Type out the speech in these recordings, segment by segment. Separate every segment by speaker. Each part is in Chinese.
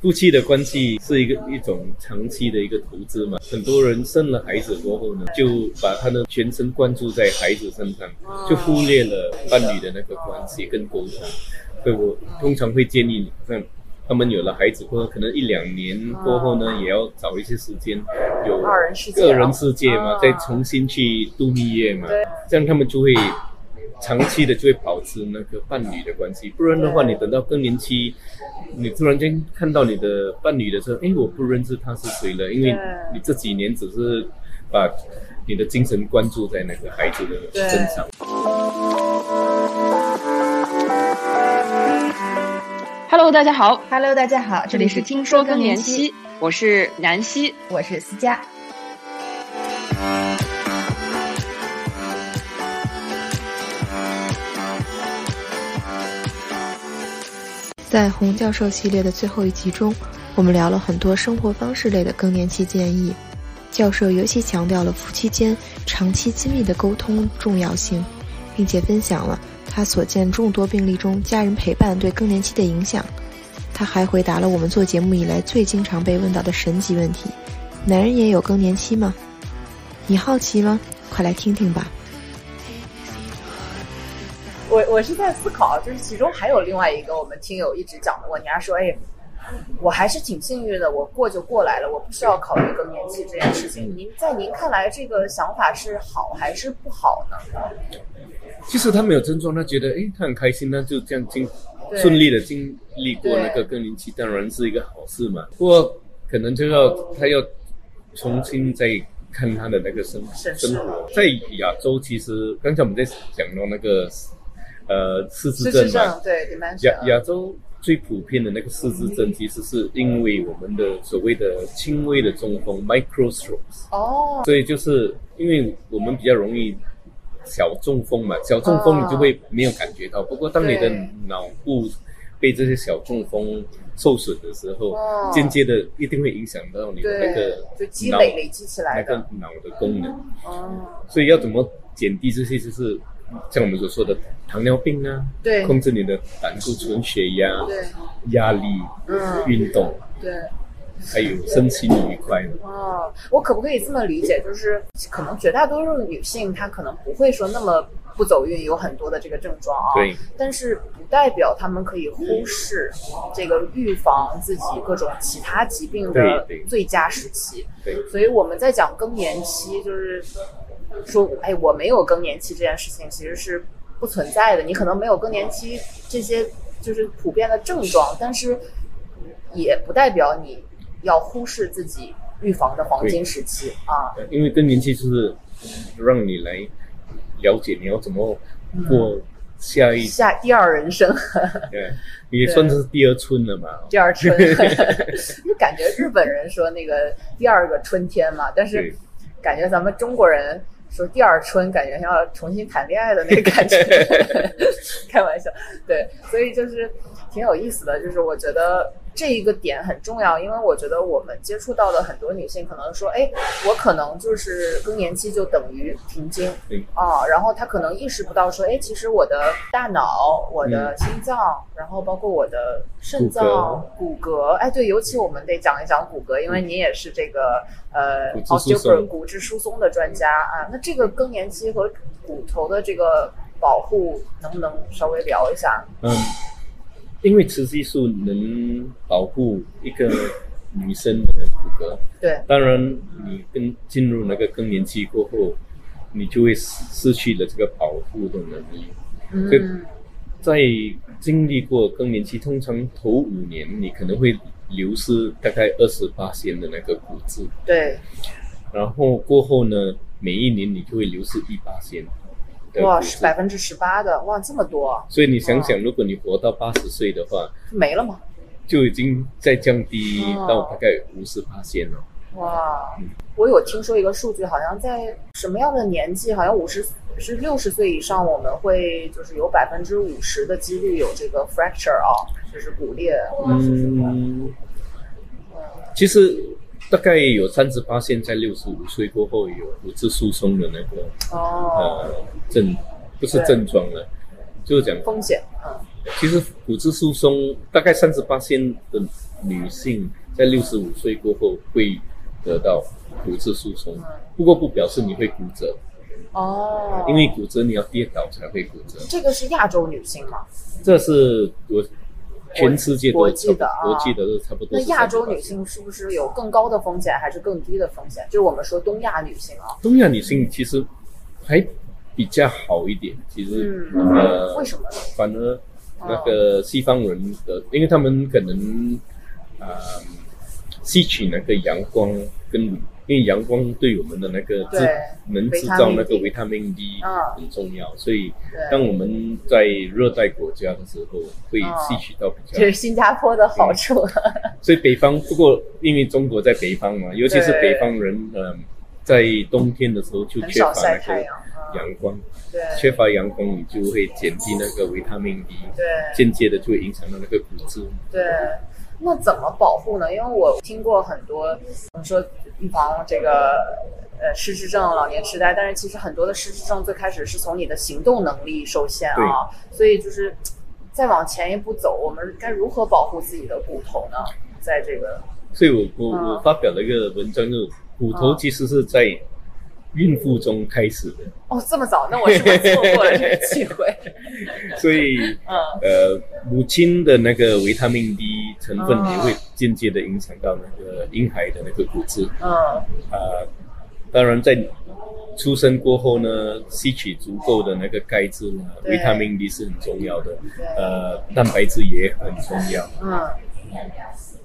Speaker 1: 夫妻的关系是一个一种长期的一个投资嘛。很多人生了孩子过后呢，就把他的全身灌注在孩子身上，就忽略了伴侣的那个关系跟沟通。所以我通常会建议，嗯，他们有了孩子或者可能一两年过后呢，也要找一些时间有
Speaker 2: 二人世界哦
Speaker 1: 个人世界嘛
Speaker 2: 啊，
Speaker 1: 再重新去度蜜月嘛
Speaker 2: 对，
Speaker 1: 这样他们就会长期的就会保持那个伴侣的关系。不然的话，
Speaker 2: 对
Speaker 1: 你等到更年期，你突然间看到你的伴侣的时候，哎，我不认识他是谁了，因为
Speaker 2: 对
Speaker 1: 你这几年只是把你的精神关注在那个孩子的
Speaker 2: 对
Speaker 1: 身上。
Speaker 3: Hello，大家好，
Speaker 2: Hello，大家好，
Speaker 3: 这里是听说更年期，，我是南希。
Speaker 2: 我是思佳。
Speaker 4: 在洪教授系列的最后一集中，我们聊了很多生活方式类的更年期建议。教授尤其强调了夫妻间长期亲密的沟通重要性，并且分享了他所见众多病例中家人陪伴对更年期的影响。他还回答了我们做节目以来最经常被问到的神级问题：男人也有更年期吗？你好奇吗？快来听听吧。
Speaker 2: 我我是在思考，就是其中还有另外一个我们听友一直讲的问题，他说：“哎，我还是挺幸运的，我过就过来了，我不需要考虑更年期这件事情。”您在您看来，这个想法是好还是不好呢？
Speaker 1: 其实他没有症状，他觉得诶，他很开心，他就这样经
Speaker 2: 对
Speaker 1: 顺利的经历过那个更年期，当然是一个好事嘛。不过可能就要他要重新再看他的那个生
Speaker 2: 是
Speaker 1: 生活，在亚洲其实刚才我们在讲到那个呃失智
Speaker 2: 失
Speaker 1: 症
Speaker 2: 智
Speaker 1: 嘛，
Speaker 2: 症对 dementia，
Speaker 1: 亚亚洲最普遍的那个失智症，其实是因为我们的所谓的轻微的中风 （micro strokes）。
Speaker 2: 哦，
Speaker 1: 所以就是因为我们比较容易小中风嘛，小中风你就
Speaker 2: 哦
Speaker 1: 会没有感觉到。不过当你的
Speaker 2: 对
Speaker 1: 脑部被这些小中风受损的时候
Speaker 2: 哦，
Speaker 1: 间接的一定会影响到你的那
Speaker 2: 对
Speaker 1: 个，
Speaker 2: 就积
Speaker 1: 脑
Speaker 2: 累累积起来
Speaker 1: 那个
Speaker 2: 的，
Speaker 1: 脑的功能。
Speaker 2: 哦，
Speaker 1: 所以要怎么减低这些，就是像我们所说的糖尿病啊，
Speaker 2: 对
Speaker 1: 控制你的胆固醇、血压、
Speaker 2: 对，
Speaker 1: 压力、
Speaker 2: 嗯
Speaker 1: 运动，
Speaker 2: 对。
Speaker 1: 还有身心愉快嘛。
Speaker 2: 哦，我可不可以这么理解？就是可能绝大多数女性她可能不会说那么不走运，有很多的这个症状啊。
Speaker 1: 对。
Speaker 2: 但是不代表她们可以忽视这个预防自己各种其他疾病的
Speaker 1: 对对
Speaker 2: 最佳时期。
Speaker 1: 对
Speaker 2: 所以我们在讲更年期，就是说，哎，我没有更年期这件事情其实是不存在的。你可能没有更年期这些就是普遍的症状，但是也不代表你要忽视自己预防的黄金时期啊。
Speaker 1: 因为更年期就是让你来了解你要怎么过下一，
Speaker 2: 下第二人生，
Speaker 1: 对，你也算是第二春了嘛。
Speaker 2: 第二春， 就感觉日本人说那个第二个春天嘛，但是
Speaker 1: 对
Speaker 2: 感觉咱们中国人说第二春，感觉像要重新谈恋爱的那个感 觉。开玩笑，对，所以就是挺有意思的，就是我觉得这一个点很重要，因为我觉得我们接触到的很多女性可能说，哎，我可能就是更年期就等于停经
Speaker 1: 嗯
Speaker 2: 啊，然后她可能意识不到说，哎，其实我的大脑、我的心脏，然后包括我的肾脏、嗯骨骼，嗯哎，对，尤其我们得讲一讲骨骼，因为你也是这个呃
Speaker 1: 骨质疏
Speaker 2: osteopor
Speaker 1: 松
Speaker 2: 骨质疏松的专家啊，那这个更年期和骨头的这个保护，能不能稍微聊一下？
Speaker 1: 嗯，因为雌激素能保护一个女生的骨骼，
Speaker 2: 对，
Speaker 1: 当然你跟进入那个更年期过后，你就会失失去了这个保护的能力。所以
Speaker 2: 嗯，
Speaker 1: 在经历过更年期，通常头五年你可能会流失大概二十八线的那个骨质。
Speaker 2: 对，
Speaker 1: 然后过后呢，每一年你就会流失一八仙的
Speaker 2: 哇，
Speaker 1: 骨
Speaker 2: 是
Speaker 1: 质
Speaker 2: 百。分之十八的，哇，这么多，
Speaker 1: 所以你想想，如果你活到八十岁的话，
Speaker 2: 没了吗？
Speaker 1: 就已经再降低
Speaker 2: 哦
Speaker 1: 到大概五十八仙了。
Speaker 2: 哇，
Speaker 1: 嗯
Speaker 2: 我有听说一个数据，好像在什么样的年纪，好像五十是六十岁以上，我们会就是有百分之五十的几率有这个 fracture 啊、就是骨裂。啊
Speaker 1: 嗯，其实大概有三十八仙在六十五岁过后有骨质疏松的那个
Speaker 2: 哦，
Speaker 1: 呃症，不是
Speaker 2: 对
Speaker 1: 症状了，就是讲
Speaker 2: 风险，嗯，
Speaker 1: 其实骨质疏松大概三十八线的女性在六十五岁过后会得到骨质疏松，不过不表示你会骨折，
Speaker 2: 哦，
Speaker 1: 因为骨折你要跌倒才会骨折。
Speaker 2: 这个是亚洲女性嘛？
Speaker 1: 这是我全世界都
Speaker 2: 国际的啊
Speaker 1: 国际的都差不多
Speaker 2: 那
Speaker 1: 是38%。
Speaker 2: 亚洲女性是不是有更高的风险，还是更低的风险？就是我们说东亚女性啊，
Speaker 1: 东亚女性其实还比较好一点，其实、
Speaker 2: 嗯
Speaker 1: 呃，
Speaker 2: 为什么呢？
Speaker 1: 反而那
Speaker 2: 哦
Speaker 1: 个西方人的，因为他们可能啊、吸取那个阳光跟因为阳光对我们的那个制
Speaker 2: 对
Speaker 1: 能
Speaker 2: 维
Speaker 1: 制
Speaker 2: 他
Speaker 1: 造
Speaker 2: 命
Speaker 1: 那个
Speaker 2: D
Speaker 1: 维他命 D
Speaker 2: 嗯
Speaker 1: 很重要，所以当
Speaker 2: 对，
Speaker 1: 我们在热带国家的时候会
Speaker 2: 嗯
Speaker 1: 吸取到比较
Speaker 2: 这是新加坡的好处。
Speaker 1: 嗯所以北方，不过因为中国在北方嘛，尤其是北方人，嗯、在冬天的时候就
Speaker 2: 很
Speaker 1: 嗯缺
Speaker 2: 少
Speaker 1: 乏
Speaker 2: 晒
Speaker 1: 那
Speaker 2: 太
Speaker 1: 个
Speaker 2: 阳啊
Speaker 1: 阳光，
Speaker 2: 对
Speaker 1: 缺乏阳光，你就会减低那个维他命 D，
Speaker 2: 对
Speaker 1: 间接的就会影响到那个骨质。
Speaker 2: 对，那怎么保护呢？因为我听过很多我们说预防这个呃失智症、老年痴呆，但是其实很多的失智症最开始是从你的行动能力受限啊，所以就是再往前一步走，我们该如何保护自己的骨头呢？在这个
Speaker 1: 所以我我、
Speaker 2: 嗯
Speaker 1: 我发表了一个文章，就是骨头
Speaker 2: 嗯
Speaker 1: 其实是在孕妇中开始的，
Speaker 2: 哦，这么早，那我是不是错过了 这个机会？
Speaker 1: 所以
Speaker 2: 嗯，
Speaker 1: 呃，母亲的那个维他命 D 成分也会间接的影响到那个婴孩的那个骨质。
Speaker 2: 嗯，
Speaker 1: 呃，当然在出生过后呢，吸取足够的那个钙质呢，
Speaker 2: 对
Speaker 1: 维他命 D 是很重要的，
Speaker 2: 对，
Speaker 1: 呃，蛋白质也很重要。
Speaker 2: 嗯，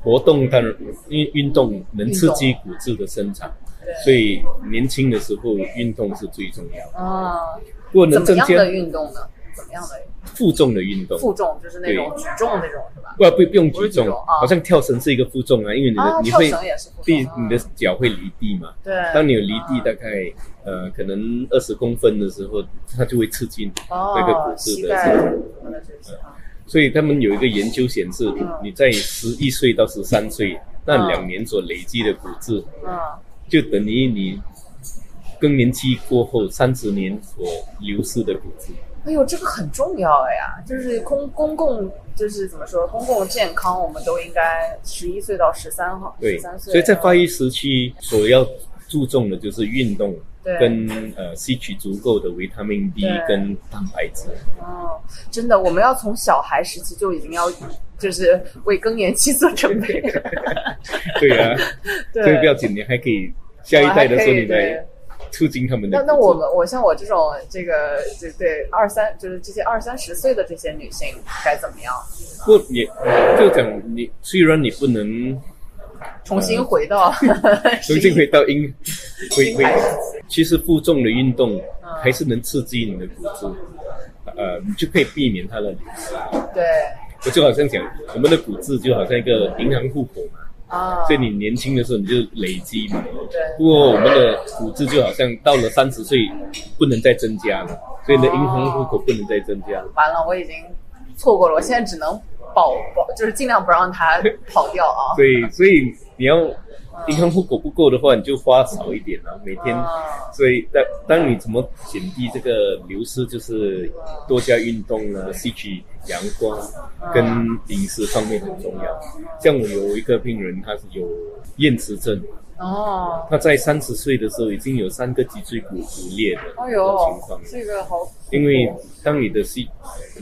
Speaker 1: 活动当然，因为运动能
Speaker 2: 运动
Speaker 1: 刺激骨质的生长，
Speaker 2: 对，
Speaker 1: 所以年轻的时候运动是最重要的。
Speaker 2: 啊，
Speaker 1: 如果能
Speaker 2: 怎
Speaker 1: 增
Speaker 2: 么样
Speaker 1: 加
Speaker 2: 的运动呢？怎么样的运动
Speaker 1: 负重的运动，
Speaker 2: 负重，就是那种举重那种是吧？
Speaker 1: 不不不用
Speaker 2: 不是
Speaker 1: 举
Speaker 2: 举重
Speaker 1: 重，
Speaker 2: 啊
Speaker 1: 好像跳绳是一个负重啊，因为你的、
Speaker 2: 啊，
Speaker 1: 你
Speaker 2: 跳
Speaker 1: 会
Speaker 2: 绳也是负
Speaker 1: 地
Speaker 2: 重，啊
Speaker 1: 你的脚会离地嘛。
Speaker 2: 对，
Speaker 1: 当你有离地
Speaker 2: 啊
Speaker 1: 大概呃可能二十公分的时候，它就会刺激你那个
Speaker 2: 哦
Speaker 1: 骨，质
Speaker 2: 膝
Speaker 1: 的
Speaker 2: 盖
Speaker 1: 生长。
Speaker 2: 或者这些啊
Speaker 1: 所以他们有一个研究显示，你
Speaker 2: 嗯
Speaker 1: 你在十一岁到十三岁那
Speaker 2: 嗯
Speaker 1: 两年所累积的骨质，
Speaker 2: 嗯，
Speaker 1: 就等于你更年期过后三十年所流失的骨质。
Speaker 2: 哎呦，这个很重要哎呀，就是公公共就是怎么说，公共健康我们都应该十一岁到十三号，
Speaker 1: 对，
Speaker 2: 十三岁，
Speaker 1: 所以在发
Speaker 2: 育
Speaker 1: 育时期所要注重的就是运动。
Speaker 2: 嗯对
Speaker 1: 跟呃吸取足够的维他命 D
Speaker 2: 对
Speaker 1: 跟蛋白质，
Speaker 2: 哦，真的，我们要从小孩时期就已经要，就是为更年期做准备。
Speaker 1: 对啊，
Speaker 2: 对，
Speaker 1: 所以不要紧，你还可以下一代的时候
Speaker 2: 我还可以
Speaker 1: 你来
Speaker 2: 对
Speaker 1: 促进他们的
Speaker 2: 那
Speaker 1: 骨质。
Speaker 2: 那我们我像我这种这个这对二三就是这些二三十岁的这些女性该怎么样
Speaker 1: 不过也就讲你，虽然你不能
Speaker 2: 重新 回到
Speaker 1: 重新回到 婴回回
Speaker 2: 婴孩，
Speaker 1: 其实负重的运动
Speaker 2: 嗯
Speaker 1: 还是能刺激你的骨质，呃，你就可以避免它的流失。
Speaker 2: 对
Speaker 1: 我就好像讲，我们的骨质就好像一个银行户口嘛，
Speaker 2: 啊，
Speaker 1: 所以你年轻的时候你就累积嘛。
Speaker 2: 对
Speaker 1: 不过我们的骨质就好像到了三十岁不能再增加了，所以你的银行户口不能再增加了。
Speaker 2: 完了，我已经错过了，我现在只能保保就是尽量不让它跑掉啊。
Speaker 1: 所以，所以你要银行户口不够的话，你就花少一点啊，每天。
Speaker 2: 啊
Speaker 1: 所以，当当你怎么减低这个流失，就是多加运动啊，吸取阳光，跟饮食方面很重要。像我有一个病人，他是有厌食症，
Speaker 2: 哦，
Speaker 1: 他在三十岁的时候已经有三个脊椎骨骨裂的
Speaker 2: 哎
Speaker 1: 情
Speaker 2: 呦
Speaker 1: 况，了。
Speaker 2: 这个好啊恐怖，
Speaker 1: 因为当你的吸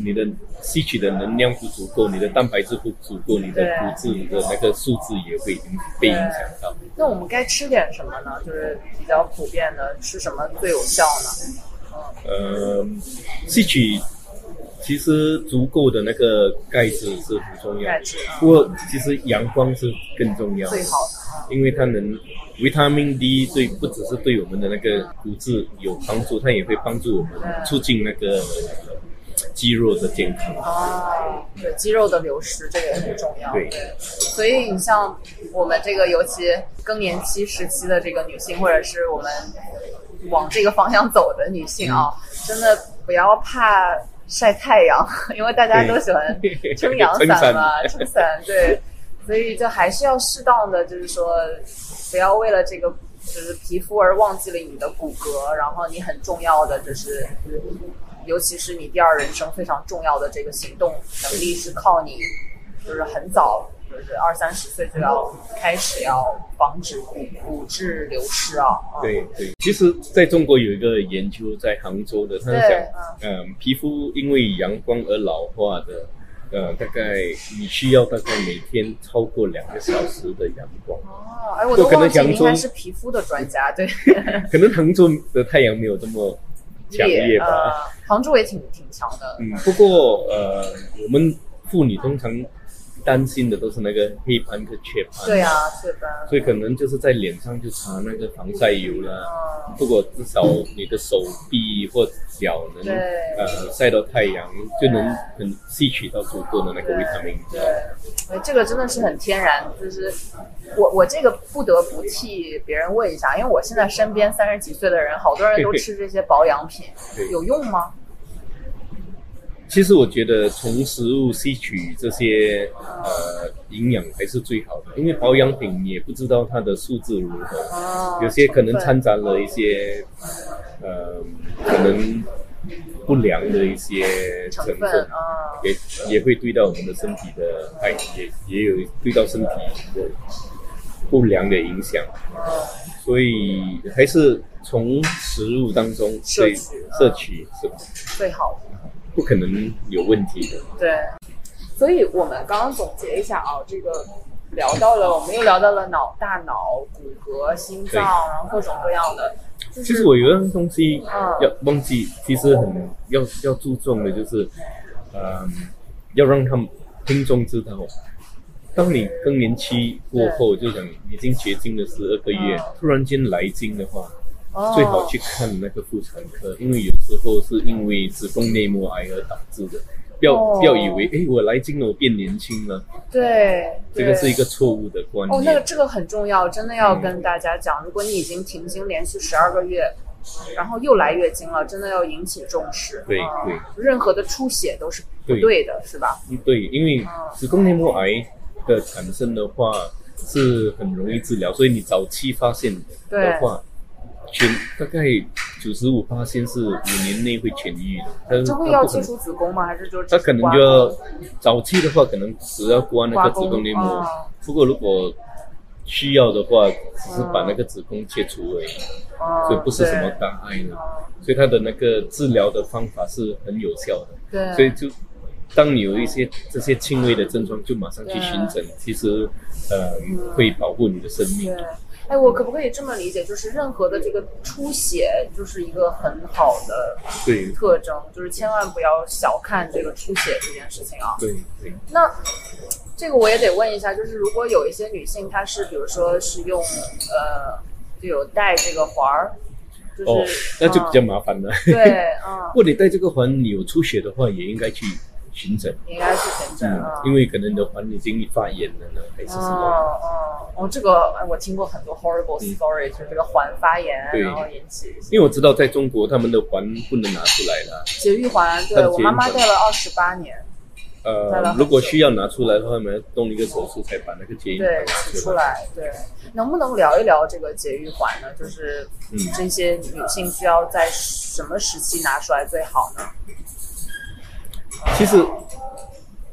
Speaker 1: 你的吸取的能量不足够，你的蛋白质不足够，你的
Speaker 2: 对
Speaker 1: 骨质、你的那个数字也会影被影响到。
Speaker 2: 那我们该吃点什么呢？就是比较普遍的，吃什么最有效呢？
Speaker 1: 呃，吸取其实足够的那个钙质是很重要
Speaker 2: 钙
Speaker 1: 的
Speaker 2: 质，嗯
Speaker 1: 不过其实阳光是更重要的
Speaker 2: 最，好的啊，
Speaker 1: 因为它能维他命 D 对不只是对我们的那个骨质有帮助，它也会帮助我们
Speaker 2: 对
Speaker 1: 促进那个肌肉的健康。
Speaker 2: 哦，对肌肉的流失，这个也很重要。
Speaker 1: 对，
Speaker 2: 所以你像我们这个，尤其更年期时期的这个女性，或者是我们往这个方向走的女性啊，真的不要怕晒太阳，因为大家都喜欢撑阳伞嘛，撑伞对，所以就还是要适当的，就是说不要为了这个。就是皮肤而忘记了你的骨骼，然后你很重要的就是尤其是你第二人生非常重要的这个行动能力，是靠你就是很早，就是二三十岁就要开始要防止骨骨质流失啊。嗯
Speaker 1: 对对，其实在中国有一个研究，在杭州的，他
Speaker 2: 对
Speaker 1: 是讲，嗯、皮肤因为阳光而老化的，呃，大概你需要大概每天超过两个小时的阳光。
Speaker 2: 嗯哦，哎，我都
Speaker 1: 就可能
Speaker 2: 忘记
Speaker 1: 扬
Speaker 2: 您还
Speaker 1: 州
Speaker 2: 是皮肤的 专家，对，
Speaker 1: 可能杭州的太阳没有这么强烈吧。
Speaker 2: 呃，杭州也挺挺强的，
Speaker 1: 嗯，不过呃，我们妇女通常担心的都是那个黑斑和雀斑。
Speaker 2: 对呀、啊，雀斑，
Speaker 1: 所以可能就是在脸上就擦那个防晒油啦。
Speaker 2: 嗯，
Speaker 1: 不过至少你的手臂或脚能
Speaker 2: 对
Speaker 1: 呃晒到太阳，就能很吸取到足够的那个维他命。
Speaker 2: 对，哎这个真的是很天然，就是我我这个不得不替别人问一下，因为我现在身边三十几岁的人，好多人都吃这些保养品
Speaker 1: 对，
Speaker 2: 有用吗？
Speaker 1: 其实我觉得从食物吸取这些呃营养还是最好的，因为保养品你也不知道它的素质如何。
Speaker 2: 啊，
Speaker 1: 有些可能
Speaker 2: 成分
Speaker 1: 掺杂了一些，呃，可能不良的一些成
Speaker 2: 成
Speaker 1: 分，
Speaker 2: 分啊，
Speaker 1: 也也会对到我们的身体的，哎，也也有对到身体有不良的影响，
Speaker 2: 哦
Speaker 1: 所以还是从食物当中
Speaker 2: 摄
Speaker 1: 对
Speaker 2: 取
Speaker 1: 摄取是
Speaker 2: 最好的。
Speaker 1: 不可能有问题的。
Speaker 2: 对，所以我们刚刚总结一下啊，这个聊到了，我们又聊到了脑、大脑、骨骼、心脏，
Speaker 1: 对
Speaker 2: 然后各种各样的。
Speaker 1: 其实我有样东西
Speaker 2: 嗯
Speaker 1: 要忘记，其实很要要注重的就是，嗯，要让他们听众知道，当你更年期过后，就讲已经绝经了十二个月
Speaker 2: 嗯，
Speaker 1: 突然间来经的话，
Speaker 2: 哦
Speaker 1: 最好去看那个妇产科，因为有时候是因为子宫内膜癌而导致的。不要、
Speaker 2: 哦
Speaker 1: 不要以为，哎，我来经了，我变年轻了，
Speaker 2: 对，
Speaker 1: 这个
Speaker 2: 对
Speaker 1: 是一个错误的观念。
Speaker 2: 哦，那个这个很重要，真的要
Speaker 1: 嗯
Speaker 2: 跟大家讲，如果你已经停经连续十二个月，然后又来月经了，真的要引起重视。
Speaker 1: 对
Speaker 2: 嗯
Speaker 1: 对
Speaker 2: 任何的出血都是不
Speaker 1: 对
Speaker 2: 对的，是吧？
Speaker 1: 嗯对，因为子宫内膜癌的产生的话是很容易治疗，所以你早期发现的话，全大概九十五八先是五年内会痊愈的。但是
Speaker 2: 这
Speaker 1: 它
Speaker 2: 会要
Speaker 1: 嗯不可
Speaker 2: 切
Speaker 1: 能，
Speaker 2: 除子宫吗？还是就只
Speaker 1: 它
Speaker 2: 是
Speaker 1: 可能
Speaker 2: 刮
Speaker 1: 就要早期的话，可能只要刮那
Speaker 2: 刮
Speaker 1: 个
Speaker 2: 宫
Speaker 1: 子宫内膜
Speaker 2: 哦。
Speaker 1: 嗯不过如果需要的话，只是把那个子宫切除而已，
Speaker 2: 嗯
Speaker 1: 所以不是什么
Speaker 2: 对
Speaker 1: 大碍的。所以它的那个治疗的方法是很有效的。
Speaker 2: 对，
Speaker 1: 所以就当你有一些这些轻微的症状，就马上去巡诊，其实呃会保护你的生命
Speaker 2: 对。，哎，我可不可以这么理解？就是任何的这个出血，就是一个很好的
Speaker 1: 对
Speaker 2: 特征，就是千万不要小看这个出血这件事情啊。
Speaker 1: 对对，
Speaker 2: 那这个我也得问一下，就是如果有一些女性，她是比如说是用呃，就有戴这个环儿，就是、
Speaker 1: 哦，那就比较
Speaker 2: 嗯、
Speaker 1: 麻烦了。
Speaker 2: 对，嗯
Speaker 1: 如，果你戴这个环，你有出血的话，也应该去巡诊，
Speaker 2: 应该是前诊
Speaker 1: 嗯
Speaker 2: 啊，，
Speaker 1: 因为可能你的环已经发炎了呢，还是什么？
Speaker 2: 哦嗯哦，哦，这个哎我听过很多 horrible story，、就是这个环发炎，
Speaker 1: 对
Speaker 2: 然后引起一些
Speaker 1: 因为我知道在中国，他们的环不能拿出来了。
Speaker 2: 节育环，
Speaker 1: 它
Speaker 2: 对
Speaker 1: 的
Speaker 2: 我
Speaker 1: 节育
Speaker 2: 妈妈
Speaker 1: 环
Speaker 2: 戴了二十八年，戴了
Speaker 1: 呃
Speaker 2: 很，久
Speaker 1: 如果需要拿出来的话，我们要动一个手术才把那个结印
Speaker 2: 对，
Speaker 1: 拿
Speaker 2: 挤
Speaker 1: 出
Speaker 2: 出
Speaker 1: 来。
Speaker 2: 来，对，能不能聊一聊这个节育环呢？就是
Speaker 1: 嗯
Speaker 2: 这些女性需要在什么时期拿出来最好呢？
Speaker 1: 其实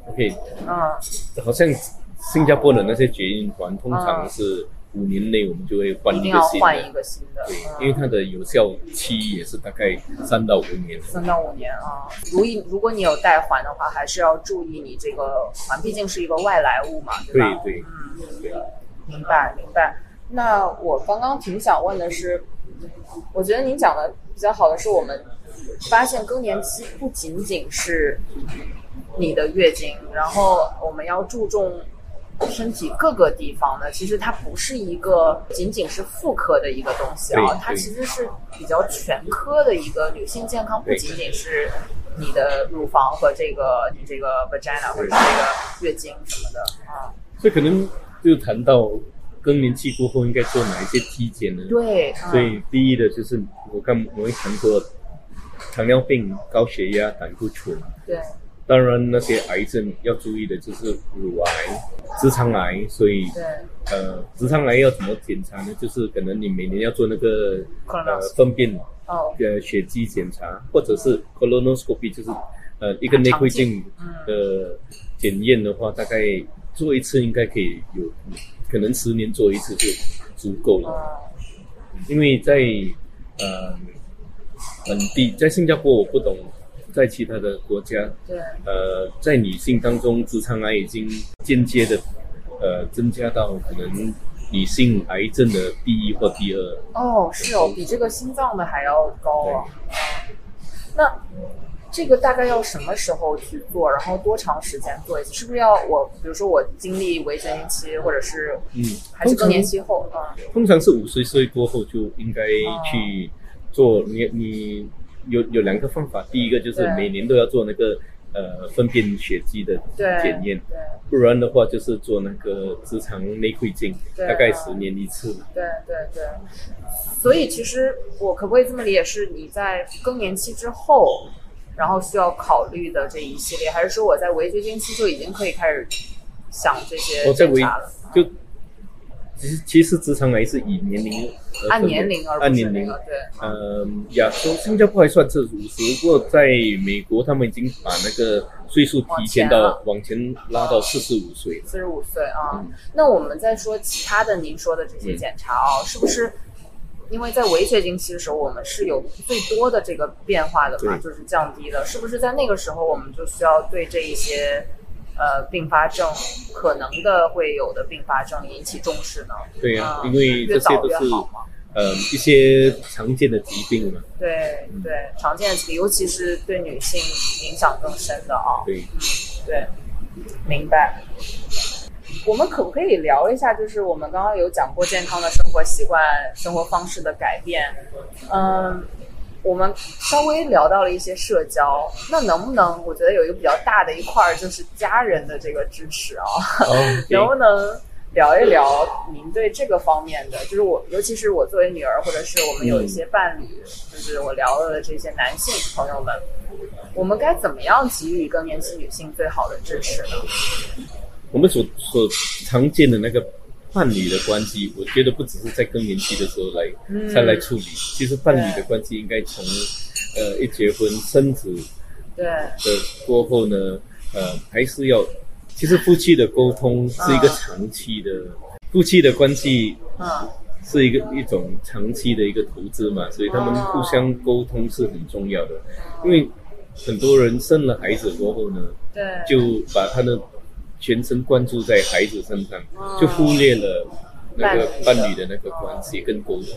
Speaker 1: ，OK，
Speaker 2: 嗯，
Speaker 1: 好像新加坡的那些绝印环，通常是五年内我们就会换
Speaker 2: 一定
Speaker 1: 个
Speaker 2: 要
Speaker 1: 新
Speaker 2: 换啊一
Speaker 1: 的，
Speaker 2: 个新的，
Speaker 1: 对，
Speaker 2: 嗯
Speaker 1: 因为它的有效期也是大概三到五年。
Speaker 2: 三到五年啊。如一，如果你有带环的话，还是要注意你这个环，毕竟是一个外来物嘛，
Speaker 1: 对
Speaker 2: 吧？嗯
Speaker 1: 对对，
Speaker 2: 明白明白。那我刚刚挺想问的是，我觉得您讲的比较好的是，我们发现更年期不仅仅是你的月经，然后我们要注重身体各个地方的。其实它不是一个仅仅是妇科的一个东西啊
Speaker 1: 对，
Speaker 2: 它
Speaker 1: 对
Speaker 2: 其实是比较全科的一个女性健康，不
Speaker 1: 对
Speaker 2: 仅仅是你的乳房和这个你这个 vagina 或者是这个月经什么的啊。
Speaker 1: 所以可能就谈到更年期过后应该做哪一些体检呢？
Speaker 2: 对，嗯
Speaker 1: 所以第一的就是我刚我们谈过糖尿病、高血压、胆固醇，
Speaker 2: 对。
Speaker 1: 当然那些癌症要注意的就是乳癌、直肠癌，所以
Speaker 2: 对，
Speaker 1: 呃，直肠癌要怎么检查呢？就是可能你每年要做那个呃呃
Speaker 2: Colonoscopy
Speaker 1: 粪便
Speaker 2: 哦，
Speaker 1: 呃血迹检查，或者是 colonoscopy，就是呃一个内窥镜的检验的话，大概做一次应该可以有，可能十年做一次就足够了。
Speaker 2: 哦，
Speaker 1: 因为在呃本地，在新加坡我不懂，在其他的国家，
Speaker 2: 对，
Speaker 1: 呃，在女性当中，直肠癌已经间接的呃增加到可能女性癌症的第一或第二。
Speaker 2: 哦，是哦，比这个心脏的还要高啊。那这个大概要什么时候去做？然后多长时间做一次？是不是要我，比如说我经历围巾期，或者是
Speaker 1: 嗯，
Speaker 2: 还是
Speaker 1: 通
Speaker 2: 更
Speaker 1: 常
Speaker 2: 年期后？嗯，
Speaker 1: 通常是五十岁过后就应该
Speaker 2: 哦
Speaker 1: 去做。你你有有两个方法，第一个就是
Speaker 2: 对
Speaker 1: 每年都要做那个呃粪便血迹的
Speaker 2: 对，
Speaker 1: 检验，
Speaker 2: 对
Speaker 1: 不然的话就是做那个直肠内窥镜，
Speaker 2: 对
Speaker 1: 大概十年一次。
Speaker 2: 对对对。所以其实我可不可以这么理解，是你在更年期之后，然后需要考虑的这一系列，还是说我在围绝经期就已经可以开始想这些
Speaker 1: 我在
Speaker 2: 检
Speaker 1: 围
Speaker 2: 查了？
Speaker 1: 就其实其实直肠癌是以年龄而
Speaker 2: 按
Speaker 1: 分
Speaker 2: 年
Speaker 1: 的
Speaker 2: 龄而不
Speaker 1: 按
Speaker 2: 是
Speaker 1: 年
Speaker 2: 那
Speaker 1: 龄
Speaker 2: 个，对。
Speaker 1: 呃，亚洲新加坡还算是五十，不过在美国他们已经把那个岁数提前到往前拉到四十五岁了。
Speaker 2: 四十五岁啊。
Speaker 1: 嗯
Speaker 2: 那我们再说其他的，您说的这些检查啊、是不是？因为在围绝经期的时候，我们是有最多的这个变化的嘛，
Speaker 1: 对
Speaker 2: 就是降低的，是不是在那个时候我们就需要对这一些呃并发症可能的会有的并发症引起重视呢？
Speaker 1: 对呀、
Speaker 2: 嗯
Speaker 1: 因为这些
Speaker 2: 越早
Speaker 1: 都
Speaker 2: 越
Speaker 1: 是
Speaker 2: 好嘛。
Speaker 1: 呃一些常见的疾病嘛。
Speaker 2: 对
Speaker 1: 嗯
Speaker 2: 对，常见的疾病，尤其是对女性影响更深的啊。
Speaker 1: 对，
Speaker 2: 对，明白。我们可不可以聊一下？就是我们刚刚有讲过健康的生活习惯、生活方式的改变，嗯，我们稍微聊到了一些社交，那能不能？我觉得有一个比较大的一块儿就是家人的这个支持啊、
Speaker 1: 哦，对
Speaker 2: 能不能聊一聊您对这个方面的？就是我，尤其是我作为女儿，或者是我们有一些伴侣，就是我聊了的这些男性朋友们，我们该怎么样给予更年期女性最好的支持呢？
Speaker 1: 我们所所常见的那个伴侣的关系，我觉得不只是在更年期的时候来、
Speaker 2: 嗯
Speaker 1: 才来处理，其实伴侣的关系应该从呃一结婚生子
Speaker 2: 嗯对，
Speaker 1: 的过后呢，呃，还是要，其实夫妻的沟通是一个
Speaker 2: 啊
Speaker 1: 长期的，夫妻的关系
Speaker 2: 嗯，
Speaker 1: 是一个一种长期的一个投资嘛，所以他们
Speaker 2: 哦
Speaker 1: 互相沟通是很重要的，因为很多人生了孩子过后呢，
Speaker 2: 对，
Speaker 1: 就把他的全身关注在孩子身上，
Speaker 2: 哦
Speaker 1: 就忽略了那个
Speaker 2: 伴
Speaker 1: 伴
Speaker 2: 侣的
Speaker 1: 侣的那个关系跟沟通。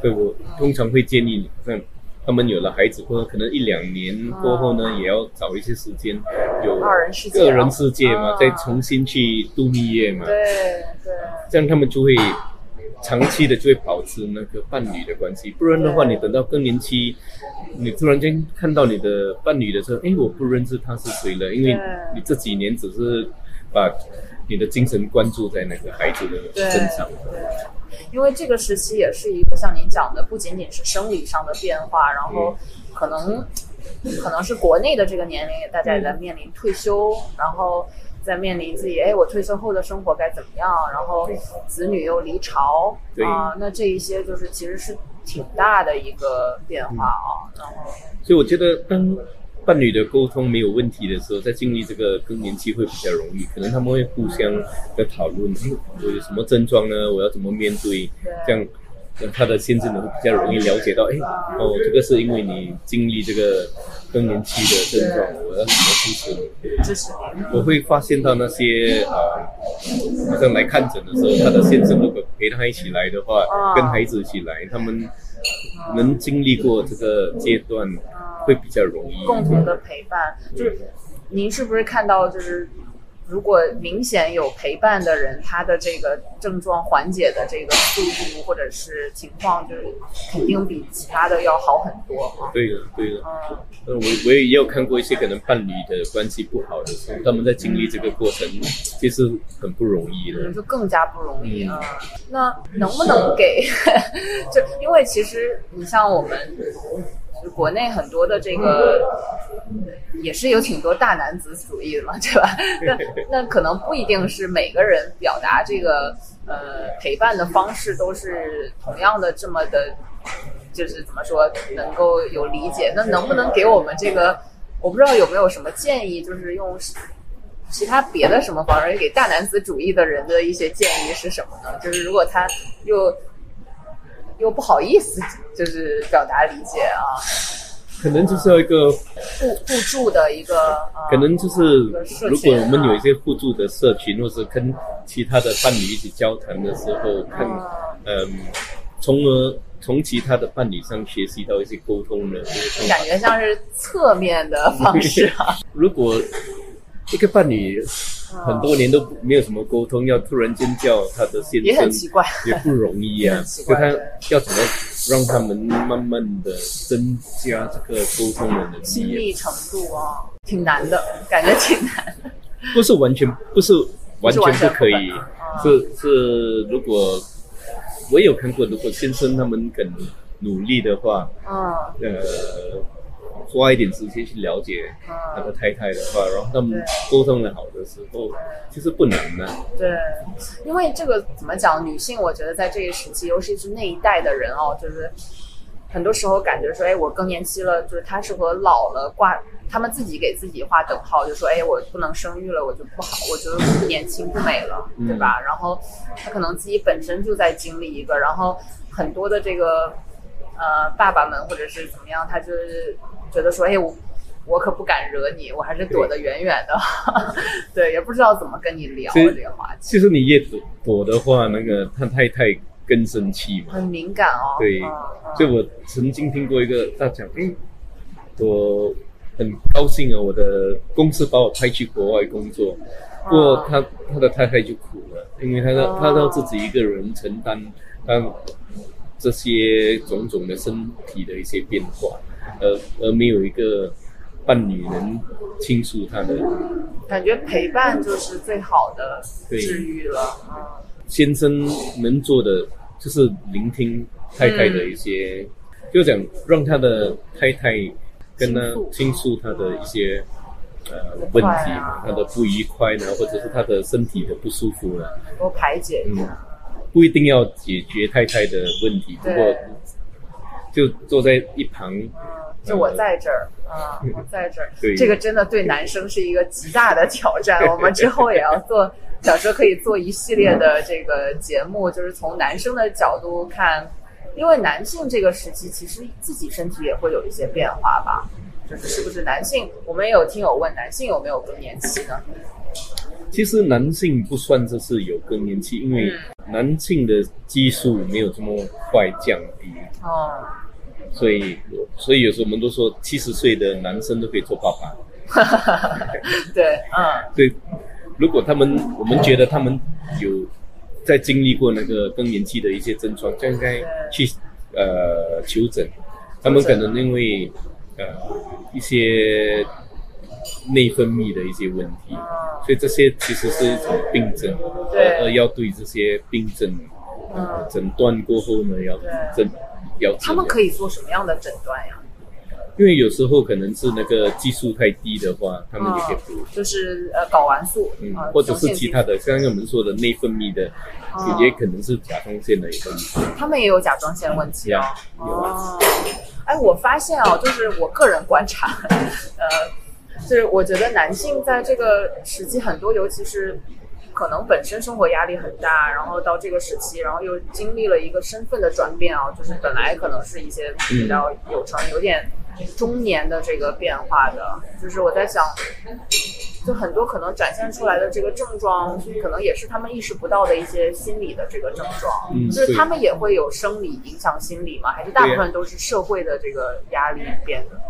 Speaker 1: 所以我通常会建议，像他们有了孩子过后，可能一两年过后呢，也要找一些时间有
Speaker 2: 二人世界啊
Speaker 1: 个人世界嘛
Speaker 2: 哦，
Speaker 1: 再重新去度蜜月嘛，
Speaker 2: 对对
Speaker 1: 这样他们就会。长期的就会保持那个伴侣的关系，不然的话，
Speaker 2: 对
Speaker 1: 你等到更年期，你突然间看到你的伴侣的时候，哎，我不认识他是谁了，因为
Speaker 2: 对
Speaker 1: 你这几年只是把你的精神关注在那个孩子的身上。
Speaker 2: 因为这个时期也是一个像您讲的，不仅仅是生理上的变化，然后
Speaker 1: 嗯
Speaker 2: 可能可能是国内的这个年龄，也大家也在
Speaker 1: 嗯
Speaker 2: 面临退休，然后在面临自己，哎，我退休后的生活该怎么样？然后子女又离巢
Speaker 1: 对
Speaker 2: 啊、那这一些就是其实是挺大的一个变
Speaker 1: 嗯
Speaker 2: 化啊。然后
Speaker 1: 所以我觉得，当伴侣的沟通没有问题的时候，在经历这个更年期会比较容易，可能他们会互相的讨论，哎我有什么症状呢？我要怎么面对？这样。那他的先生呢会比较容易了解到，哎，哦，这个是因为你经历这个更年期的症状，我要怎么支持你？
Speaker 2: 支持您，
Speaker 1: 我会发现到那些啊，呃好像来看诊的时候，他的先生如果陪他一起来的话，
Speaker 2: 啊
Speaker 1: 跟孩子一起来，他们能经历过这个阶段，
Speaker 2: 嗯
Speaker 1: 会比较容易。
Speaker 2: 共同的陪伴，就是您是不是看到就是？如果明显有陪伴的人，他的这个症状缓解的这个速度或者是情况，就是肯定比其他的要好很多啊。
Speaker 1: 对了，对了，
Speaker 2: 嗯，
Speaker 1: 那我我也有看过一些可能伴侣的关系不好的时候，他们在经历这个过程，其实很不容易
Speaker 2: 可能
Speaker 1: 的。
Speaker 2: 就更加不容易
Speaker 1: 嗯
Speaker 2: 啊。那能不能给？ 就因为其实你像我们就国内很多的这个，也是有挺多大男子主义的嘛，对吧？那那可能不一定是每个人表达这个呃陪伴的方式都是同样的这么的。就是怎么说能够有理解。那能不能给我们这个，我不知道有没有什么建议，就是用其他别的什么方式给大男子主义的人的一些建议是什么呢？就是如果他又又不好意思，就是表达理解啊，
Speaker 1: 可能就是要一个，
Speaker 2: 互互助的一个，啊
Speaker 1: 可能就是
Speaker 2: 一个社群啊
Speaker 1: 如果我们有一些互助的社群，或是跟其他的伴侣一起交谈的时候，看，嗯，从而从其他的伴侣上学习到一些沟通的这些方法
Speaker 2: 感。觉像是侧面的方式啊，
Speaker 1: 如果一个伴侣 很多年都没有什么沟通，要突然间叫他的先
Speaker 2: 嗯也很
Speaker 1: 生，
Speaker 2: 奇怪。
Speaker 1: 也不容易啊
Speaker 2: 很。奇
Speaker 1: 所
Speaker 2: 怪
Speaker 1: 以他要怎么让他们慢慢的增加这个沟通的能
Speaker 2: 亲
Speaker 1: 力、啊
Speaker 2: 密程度啊，挺难的，感觉挺难。
Speaker 1: 啊？不是完全不是完全不可以
Speaker 2: 不，是
Speaker 1: 是是如果我有看过，如果先生他们肯努力的话，
Speaker 2: 嗯
Speaker 1: 呃，花一点时间去了解他的
Speaker 2: 嗯，
Speaker 1: 太太的话，然后他们
Speaker 2: 对
Speaker 1: 沟通的好的时候，其实不难啊的、
Speaker 2: 对，因为这个怎么讲，女性我觉得在这一时期，尤其是那一代的人哦，就是很多时候感觉说，哎，我更年期了，就是她是和老了挂，他们自己给自己画等号，就说，哎，我不能生育了，我就不好，我觉得不年轻不美了，
Speaker 1: 嗯
Speaker 2: 对吧？然后她可能自己本身就在经历一个，然后很多的这个呃爸爸们或者是怎么样，他就是觉得说，哎，我我可不敢惹你，我还是躲得远远的， 对，也不知道怎么跟你聊
Speaker 1: 所以
Speaker 2: 这个话题，
Speaker 1: 其实你越躲躲的话，那个他太太更生气嘛。
Speaker 2: 很敏感哦。
Speaker 1: 对
Speaker 2: 嗯嗯
Speaker 1: 所以我曾经听过一个他讲，诶，我很高兴啊，我的公司把我派去国外工作，不过他他的太太就苦了，因为他的、
Speaker 2: 哦
Speaker 1: 他要自己一个人承担他这些种种的身体的一些变化，而而没有一个伴侣能倾诉他的。
Speaker 2: 感觉陪伴就是最好的
Speaker 1: 对
Speaker 2: 治愈了。嗯
Speaker 1: 先生能做的就是聆听太太的一些，就讲让他的太太跟他倾诉他的一些呃
Speaker 2: 不
Speaker 1: 问
Speaker 2: 快
Speaker 1: 题
Speaker 2: 啊，
Speaker 1: 他的不愉快呢，或者是他的身体的不舒服呢，
Speaker 2: 嗯，多排解一
Speaker 1: 嗯
Speaker 2: 下。，
Speaker 1: 不一定要解决太太的问题，不
Speaker 2: 对
Speaker 1: 过就坐在一旁，
Speaker 2: 嗯就我在这儿啊，我在这儿。
Speaker 1: 嗯对
Speaker 2: 这个真的对男生是一个极大的挑 战。我们之后也要做，呃小时候可以做一系列的这个节目，就是从男生的角度看，因为男性这个时期其实自己身体也会有一些变化吧。就是是不是男性？我们也有听友问男性有没有更年期呢？
Speaker 1: 其实男性不算这是有更年期，因为男性的激素没有这么快降低。
Speaker 2: 哦，
Speaker 1: 所以我，所以有时候我们都说，七十岁的男生都可以做爸爸。
Speaker 2: 对，嗯。
Speaker 1: 所以，如果他们我们觉得他们有在经历过那个更年期的一些症状，就应该去呃求诊。他们可能因为呃一些内分泌的一些问题，所以这些其实是一种病症，
Speaker 2: 对
Speaker 1: 而而要对这些病症、
Speaker 2: 嗯
Speaker 1: 呃、诊断过后呢，要
Speaker 2: 对
Speaker 1: 诊要
Speaker 2: 他们
Speaker 1: 治疗
Speaker 2: 可以做什么样的诊断呀？
Speaker 1: 因为有时候可能是那个激素太低的话，他们也可以补，
Speaker 2: 就是呃睾丸素，
Speaker 1: 嗯，
Speaker 2: 呃
Speaker 1: 或者是其他
Speaker 2: 雄性激
Speaker 1: 的，像我们说的内分泌的，
Speaker 2: 哦
Speaker 1: 也可能是甲状腺的一个
Speaker 2: 素，他们也有甲状腺问题哦。
Speaker 1: 呀，有啊
Speaker 2: 哦，哎，我发现啊，就是我个人观察， 呃，就是我觉得男性在这个时期很多，尤其是可能本身生活压力很大，然后到这个时期，然后又经历了一个身份的转变啊，就是本来可能是一些比较有成、有点中年的这个变化的，就是我在想。就很多可能展现出来的这个症状，可能也是他们意识不到的一些心理的这个症状，
Speaker 1: 嗯
Speaker 2: 就是
Speaker 1: 对
Speaker 2: 他们也会有生理影响心理吗？还是大部分都是社会的这个压力变的？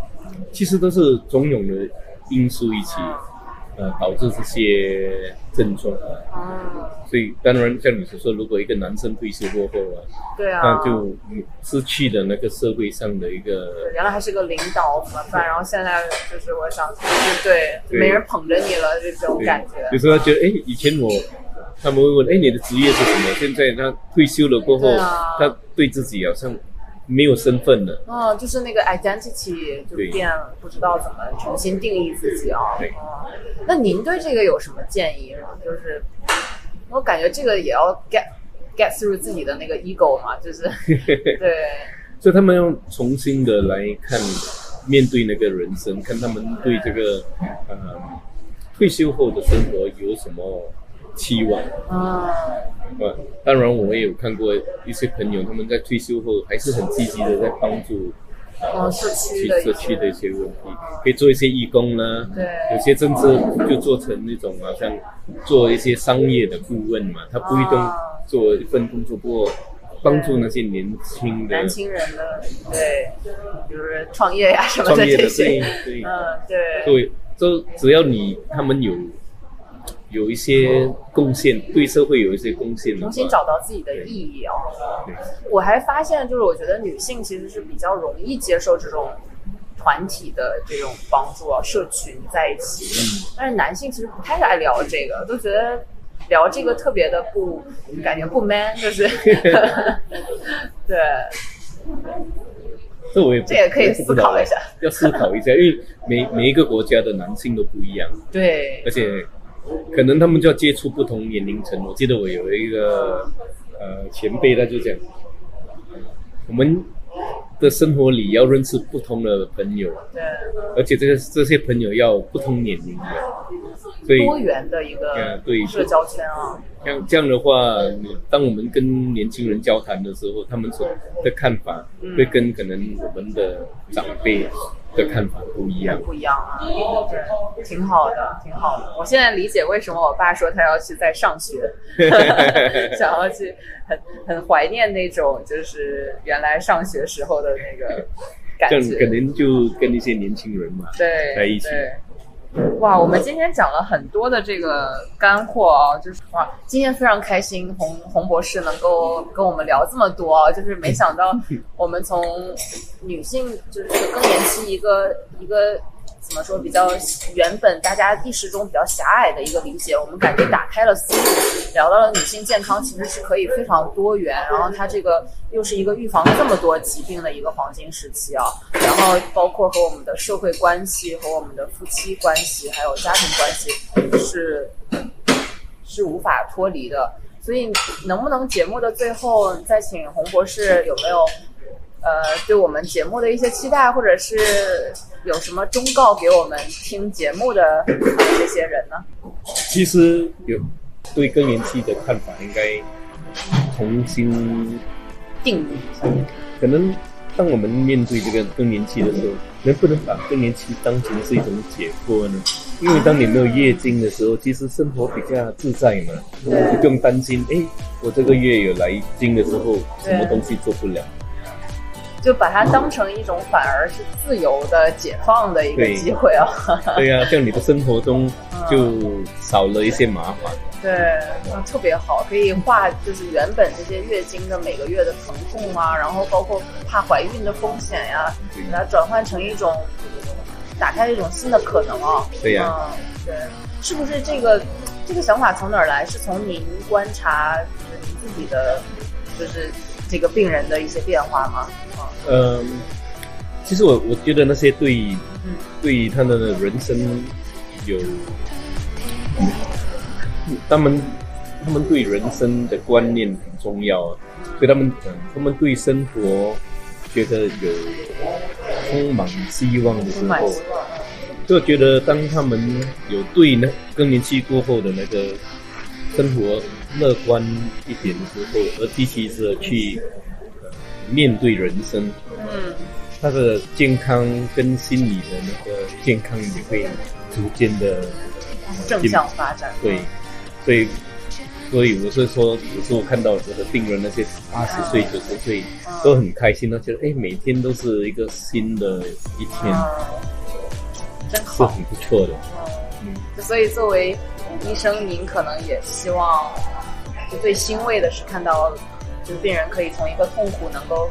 Speaker 1: 其实都是种种的因素一起，呃，导致这些症状啊。
Speaker 2: 嗯，
Speaker 1: 所以当然，像你所说，如果一个男生退休过后啊，
Speaker 2: 对啊，
Speaker 1: 他就失去了那个社会上的一个
Speaker 2: 对原来还是个领导模范，然后现在就是我想，就是对，
Speaker 1: 对
Speaker 2: 没人捧着你了这种
Speaker 1: 对
Speaker 2: 感觉。
Speaker 1: 有时候觉得，哎，以前我他们会问，哎，你的职业是什么？现在他退休了过后，
Speaker 2: 对啊
Speaker 1: 他对自己好像没有身份了。
Speaker 2: 嗯，就是那个 identity 就
Speaker 1: 对
Speaker 2: 变了，不知道怎么重新定义自己啊、
Speaker 1: 对
Speaker 2: 嗯，那您对这个有什么建议吗？就是 我感觉这个也要 get get through 自己的那个 ego 嘛，就是对，
Speaker 1: 所以他们要重新的来看，面对那个人生，看他们对这个呃退休后的生活有什么期望。
Speaker 2: 啊，
Speaker 1: 呃，当然我也有看过一些朋友，他们在退休后还是很积极的在帮助。
Speaker 2: 哦社区
Speaker 1: 去
Speaker 2: 的一
Speaker 1: 社
Speaker 2: 些
Speaker 1: 区的一些问题，可以做一些义工啦。
Speaker 2: 对
Speaker 1: 有些甚至就做成那种好像做一些商业的顾问嘛，他不一定
Speaker 2: 啊
Speaker 1: 做一份工作，不过帮助那些年轻的
Speaker 2: 年轻人的对，比如说创业呀、什么
Speaker 1: 创
Speaker 2: 的
Speaker 1: 业
Speaker 2: 这
Speaker 1: 的，
Speaker 2: 些
Speaker 1: 对，对
Speaker 2: 嗯， 对，
Speaker 1: 对，就只要你他们有有一些贡献，对社会有一些贡献的话
Speaker 2: 重，新找到自己的意义啊、
Speaker 1: 对
Speaker 2: 我还发现，就是我觉得女性其实是比较容易接受这种团体的这种帮助啊，社群在一起
Speaker 1: 嗯
Speaker 2: 的。但是男性其实不太爱聊这个，都觉得聊这个特别的不，感觉不 man，就是。 对，
Speaker 1: 这我也不
Speaker 2: 这也可以
Speaker 1: 我不
Speaker 2: 思
Speaker 1: 知道
Speaker 2: 考一下。
Speaker 1: 要思考一下，因为每每一个国家的男性都不一样。
Speaker 2: 对
Speaker 1: 而，且可能他们就要接触不同年龄层。我记得我有一个呃前辈，他就讲，我们的生活里要认识不同的朋友，
Speaker 2: 对，
Speaker 1: 而且这个这些朋友要不同年龄的，所以
Speaker 2: 多元的一个
Speaker 1: 嗯对
Speaker 2: 社交圈啊，
Speaker 1: 像这样的话，你当我们跟年轻人交谈的时候，他们所的看法
Speaker 2: 嗯
Speaker 1: 会跟可能我们的长辈的看法不一样。
Speaker 2: 不一样啊，对，挺好的，挺好的。我现在理解为什么我爸说他要去再 上学， 想要去很很怀念那种就是原来上学时候的那个感
Speaker 1: 这样可
Speaker 2: 觉。
Speaker 1: 能就跟一些年轻人嘛，
Speaker 2: 对，
Speaker 1: 在一起
Speaker 2: 对。哇，我们今天讲了很多的这个干货啊、就是哇，今天非常开心，洪洪博士能够跟我们聊这么多啊、就是没想到我们从女性就是这个更年期一个一个怎么说比较原本大家意识中比较狭隘的一个理解，我们感觉打开了思路，聊到了女性健康其实是可以非常多元，然后它这个又是一个预防这么多疾病的一个黄金时期啊，然后包括和我们的社会关系、和我们的夫妻关系，还有家庭关系是是无法脱离的。所以，能不能节目的最后再请洪博士有没有呃对我们节目的一些期待，或者是有什么忠告给我们听节目的这些人呢？
Speaker 1: 其实有对更年期的看法应该重新，
Speaker 2: 定义一下，
Speaker 1: 可能当我们面对这个更年期的时候，能不能把更年期当成是一种解脱呢？因为当你没有月经的时候，其实生活比较自在嘛，你不用担心，哎，我这个月有来经的时候，什么东西做不了？
Speaker 2: 就把它当成一种反而是自由的、解放的一个
Speaker 1: 对
Speaker 2: 机会啊！
Speaker 1: 对呀、这样你的生活中就少了一些麻烦。
Speaker 2: 对，啊，特别好，可以化就是原本这些月经的每个月的疼痛啊，然后包括怕怀孕的风险呀、
Speaker 1: 对
Speaker 2: 把它转换成一种打开一种新的可能啊。
Speaker 1: 对呀、
Speaker 2: 嗯，对，是不是这个这个想法从哪儿来？是从您观察就是您自己的就是这个病人的一些变化吗？
Speaker 1: 嗯，其实我我觉得那些对
Speaker 2: 嗯
Speaker 1: 对他的人生有，他们他们对人生的观念很重要啊，所以他们嗯他们对生活觉得有充满希望的时
Speaker 2: 充满
Speaker 1: 候
Speaker 2: 希，望。
Speaker 1: 就觉得当他们有对那更年期过后的那个生活乐观一点的时候，而积极的去呃面对人生，
Speaker 2: 嗯，
Speaker 1: 他的健康跟心理的那个健康也会逐渐的
Speaker 2: 正向发展。
Speaker 1: 对，所以所以我是说，有时候看到我的病人那些八十岁、九十岁
Speaker 2: 嗯
Speaker 1: 都很开心，他觉得哎，每天都是一个新的一天，
Speaker 2: 嗯，真
Speaker 1: 是
Speaker 2: 好。
Speaker 1: 很不错的。
Speaker 2: 嗯，所以作为医生，您可能也希望，呃就最欣慰的是看到，就是病人可以从一个痛苦能够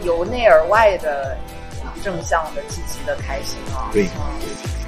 Speaker 2: 呃由内而外的正向的、积极的、开心啊。
Speaker 1: 对
Speaker 2: 嗯